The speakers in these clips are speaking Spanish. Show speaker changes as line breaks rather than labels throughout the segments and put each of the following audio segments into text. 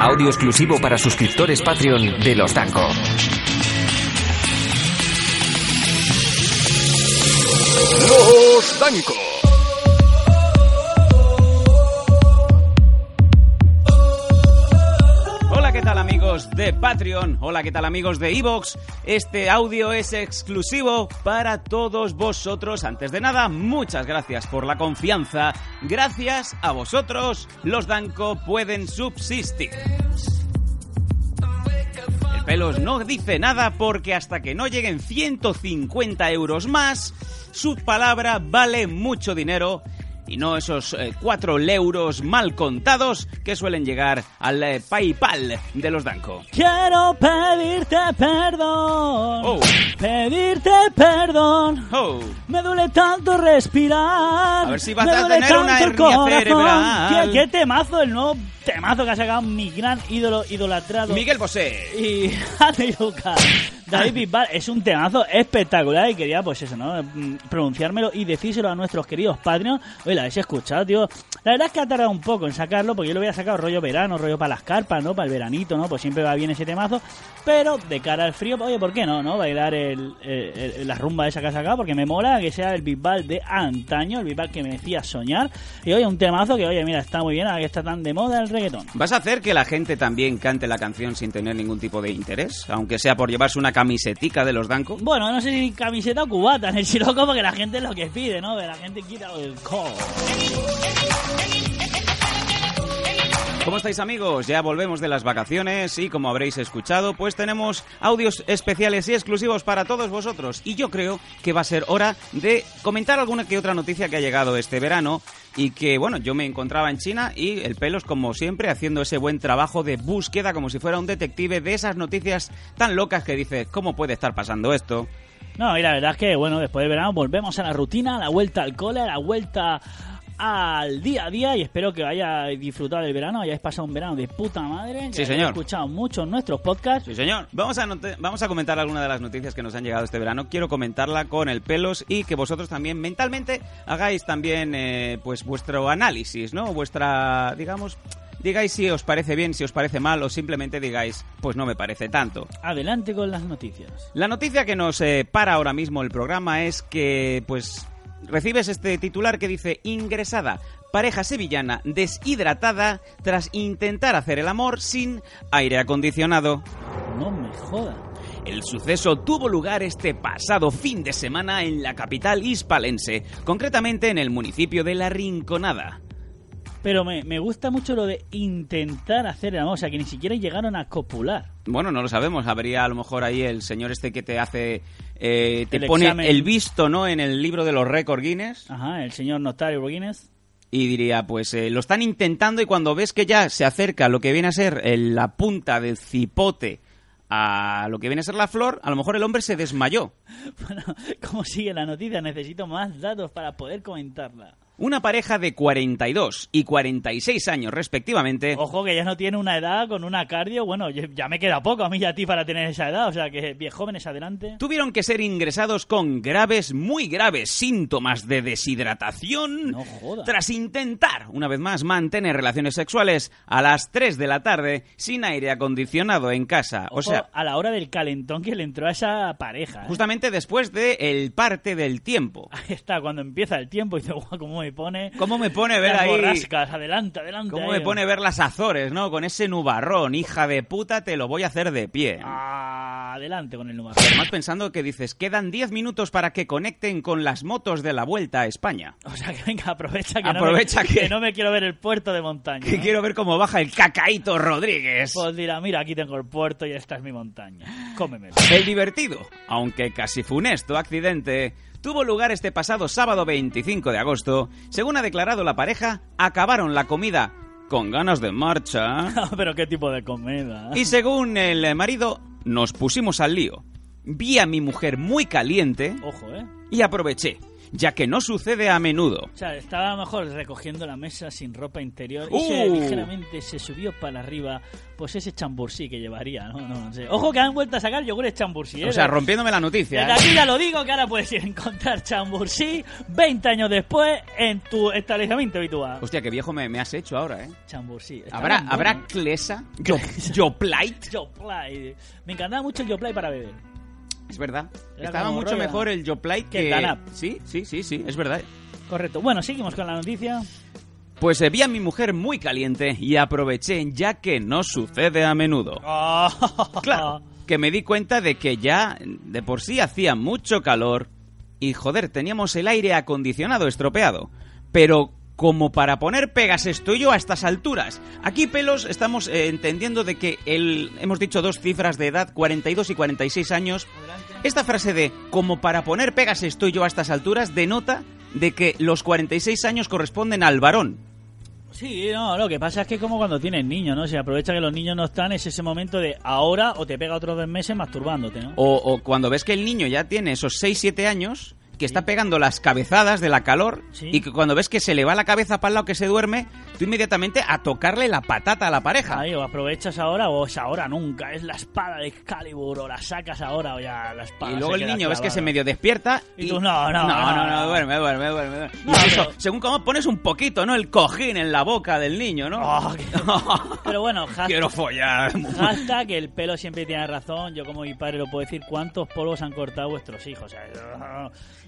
Audio exclusivo para suscriptores Patreon de Los Danco.
Los Danco.
Hola, ¿qué tal amigos de Patreon? Hola, ¿qué tal amigos de Evox? Este audio es exclusivo para todos vosotros. Antes de nada, muchas gracias por la confianza. Gracias a vosotros, los Danco pueden subsistir. El pelos no dice nada porque hasta que no lleguen 150 euros más, su palabra vale mucho dinero y no esos 4 euros mal contados que suelen llegar al eh, PayPal de los Danco.
Quiero pedirte perdón.
Oh.
Pedirte perdón.
Oh.
Me duele tanto respirar.
A ver si vas
me
a
duele
tener una
tanto el
hernia
corazón.
cerebral.
¿Qué, qué temazo, el nuevo temazo que ha sacado mi gran ídolo idolatrado.
Miguel Bosé.
Y Andy Lucas. David Bisbal es un temazo espectacular y quería, pues eso, ¿no? Mm, Pronunciármelo y decírselo a nuestros queridos Patreons. Oye, la habéis escuchado, tío. La verdad es que ha tardado un poco en sacarlo porque yo lo había sacado rollo verano, rollo para las carpas, ¿no? Para el veranito, ¿no? Pues siempre va bien ese temazo. Pero de cara al frío, oye, ¿por qué no, no? Bailar el, el- el- la rumba esa que ha sacado porque me mola que sea el Bisbal de antaño, el Bisbal que me decía soñar. Y oye, un temazo que, oye, mira, está muy bien, ahora que está tan de moda el reggaetón.
¿Vas a hacer que la gente también cante la canción sin tener ningún tipo de interés? Aunque sea por llevarse una camisetica de los Danco.
Bueno, no sé si camiseta o cubata en el Siroco, porque la gente es lo que pide, ¿no? La gente quita el call.
¿Cómo estáis amigos? Ya volvemos de las vacaciones y como habréis escuchado, pues tenemos audios especiales y exclusivos para todos vosotros. Y yo creo que va a ser hora de comentar alguna que otra noticia que ha llegado este verano y que, bueno, yo me encontraba en China y el pelos, como siempre, haciendo ese buen trabajo de búsqueda como si fuera un detective de esas noticias tan locas que dices, ¿cómo puede estar pasando esto?
No, y la verdad es que, bueno, después del verano volvemos a la rutina, a la vuelta al cole, a la vuelta al día a día y espero que hayáis disfrutado del verano, hayáis pasado un verano de puta madre. que
Sí,
hayáis
señor.
escuchado mucho nuestros podcasts.
Sí, señor. Vamos a, note- vamos a comentar alguna de las noticias que nos han llegado este verano. Quiero comentarla con el pelos y que vosotros también mentalmente hagáis también eh, pues vuestro análisis, ¿no? Vuestra, digamos, digáis si os parece bien, si os parece mal o simplemente digáis, pues no me parece tanto.
Adelante con las noticias.
La noticia que nos eh, para ahora mismo el programa es que, pues, recibes este titular que dice ingresada. Pareja sevillana deshidratada tras intentar hacer el amor sin aire acondicionado.
No me jodas.
El suceso tuvo lugar este pasado fin de semana en la capital hispalense, concretamente en el municipio de La Rinconada.
Pero me, me gusta mucho lo de intentar hacer el amor, o sea, que ni siquiera llegaron a copular.
Bueno, no lo sabemos, habría a lo mejor ahí el señor este que te hace, eh, te
El
pone
examen. Ah.
el visto, ¿no? En el libro de los récord Guinness
Ajá, el señor notario Guinness.
y diría, pues eh, lo están intentando y cuando ves que ya se acerca lo que viene a ser eh, la punta del cipote a lo que viene a ser la flor, a lo mejor el hombre se desmayó.
Bueno, ¿cómo sigue la noticia? Necesito más datos para poder comentarla.
Una pareja de 42 y 46 años respectivamente
Ojo que ya no tiene una edad con una cardio. Bueno, ya- ya me queda poco a mí y a ti para tener esa edad. O sea que bien jóvenes adelante.
Tuvieron que ser ingresados con graves, muy graves síntomas de deshidratación
No jodas.
tras intentar, una vez más, mantener relaciones sexuales a las 3 de la tarde sin aire acondicionado en casa.
Ojo
O sea,
a la hora del calentón que le entró a esa pareja. ¿eh?
justamente después de el parte del tiempo.
Ahí está, cuando empieza el tiempo y dice, guau, cómo me pone.
¿Cómo me pone ver
las
ahí-
borrascas, adelante, adelante.
¿Cómo
ahí.
me pone ver las Azores, no? Con ese nubarrón, hija de puta, te lo voy a hacer de pie.
Ah, Adelante con el número.
Además, pensando que dices, quedan 10 minutos para que conecten con las motos de la vuelta a España.
O sea, que venga, aprovecha que,
Aprovecha
no, me,
que-
no me quiero ver el puerto de montaña.
Que
¿no?
quiero ver cómo baja el cacaíto Rodríguez.
Pues dirá, mira, aquí tengo el puerto y esta es mi montaña. Cómemelo.
El divertido, aunque casi funesto accidente, tuvo lugar este pasado sábado 25 de agosto. Según ha declarado la pareja, acabaron la comida con ganas de marcha.
Pero qué tipo de comida.
Y según el marido, nos pusimos al lío. Vi a mi mujer muy caliente
Ojo, ¿eh?
y aproveché, ya que no sucede a menudo.
O sea, estaba a lo mejor recogiendo la mesa sin ropa interior
¡Uh!
y se, ligeramente se subió para arriba, pues ese chambursí que llevaría, ¿no? No, no sé. Ojo que han vuelto a sacar yogures chambursí, ¿eh?
O sea, rompiéndome la noticia.
Desde
¿eh?
aquí ya lo digo, que ahora puedes ir a encontrar chambursí 20 años después en tu establecimiento habitual.
Hostia, qué viejo me, me has hecho ahora, ¿eh?
Chambursí. Está
¿Habrá,
bueno,
¿habrá
¿no?
Clesa? Yo, Yoplait.
Yoplait. Me encantaba mucho el Yoplay para beber.
Es verdad.
Era
Estaba
como
mucho
rollo,
mejor
¿no?
el Yoplait
Que el
que...
Danap.
Sí, sí, sí, sí, es verdad.
Correcto. Bueno, seguimos con la noticia.
Pues eh, vi a mi mujer muy caliente y aproveché, ya que no sucede a menudo. Ah, Claro, que me di cuenta de que ya de por sí hacía mucho calor y joder, teníamos el aire acondicionado estropeado. Pero como para poner pegas estoy yo a estas alturas. Aquí, pelos, estamos eh, entendiendo de que el, hemos dicho dos cifras de edad, 42 y 46 años. Esta frase de como para poner pegas estoy yo a estas alturas denota de que los 46 años corresponden al varón.
Sí, no, lo que pasa es que es como cuando tienes niños, ¿no? Se aprovecha que los niños no están, es ese momento de ahora o te pega otros dos meses masturbándote, ¿no?
O, o cuando ves que el niño ya tiene esos 6-7 años, que está pegando las cabezadas de la calor,
Sí.
y que cuando ves que se le va la cabeza para el lado que se duerme, tú inmediatamente a tocarle la patata a la pareja.
Ahí, o aprovechas ahora o es ahora nunca, es la espada de Excalibur o la sacas ahora o ya la espada.
y luego
se
el
queda
niño ves que se
clavada.
medio despierta y,
Y tú, no,
no,
no,
no,
no,
no,
no.
duerme, duerme, duerme, duerme. Y
No,
eso,
pero-
según cómo pones un poquito, ¿no? El cojín en la boca del niño, ¿no?
Oh, qué- Pero bueno, hashtag,
Quiero follar.
hashtag el pelo siempre tiene razón. Yo, como mi padre, lo puedo decir. ¿Cuántos polvos han cortado vuestros hijos? O sea,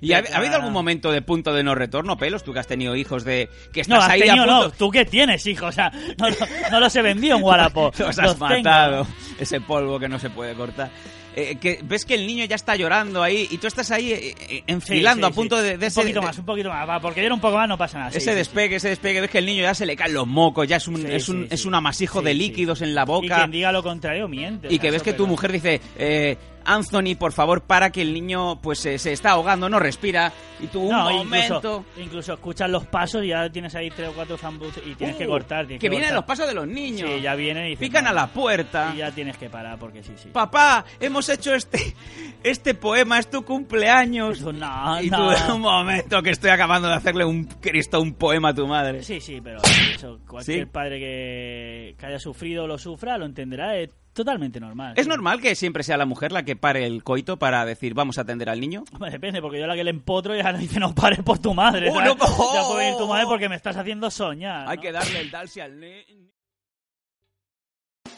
¿Y ha, ha habido
Ah.
algún momento de punto de no retorno, pelos? Tú que has tenido hijos de que
No,
estás
has
ahí
tenido,
a punto-
no. ¿Tú qué tienes, hijo? O sea, no, no, no los he vendido en Wallapop.
Los has
tengo.
matado. Ese polvo que no se puede cortar. Eh, que ves que el niño ya está llorando ahí y tú estás ahí eh, eh,
Sí,
enfilando a
sí,
punto
sí.
de, de
Un
ese,
poquito más, un poquito más. Va, porque era un poco más, no pasa nada.
de-
Sí,
ese
sí, sí.
despegue, ese despegue. Ves que el niño ya se le caen los mocos, ya es un,
Sí,
es un,
sí, sí.
es un amasijo
Sí,
de
sí.
líquidos en la
Y
boca.
quien diga lo contrario miente. o
Y
sea,
que ves
eso
que tu
pero-
mujer dice, eh, Anthony, por favor, para que el niño pues eh, se está ahogando, no respira. Y tú, un
No,
momento.
incluso, incluso escuchas los pasos y ya tienes ahí tres o cuatro zambus y tienes
Uh,
que cortar. tienes
que vienen los
cortar.
pasos de los niños.
Sí, ya vienen y dicen,
Pican a
"No".
la puerta.
Y ya tienes que parar porque sí, sí.
Papá, hemos hecho este, este poema, es tu
Y
cumpleaños.
tú, no,
Y tú,
no.
un momento, que estoy acabando de hacerle un Cristo, un poema a tu madre.
Sí, sí, pero eso,
¿Sí?
cualquier padre que, que haya sufrido o lo sufra lo entenderá. Es totalmente normal.
¿Es
Sí.
normal que siempre sea la mujer la que pare el coito para decir vamos a atender al niño?
Hombre, depende, porque yo la que le empotro ya le dice no pares por tu madre.
¡Uh,
¿sabes?
no!
Ya puede venir tu madre porque me estás haciendo soñar.
Hay
Ah, ¿no?
que darle el dalsi al niño.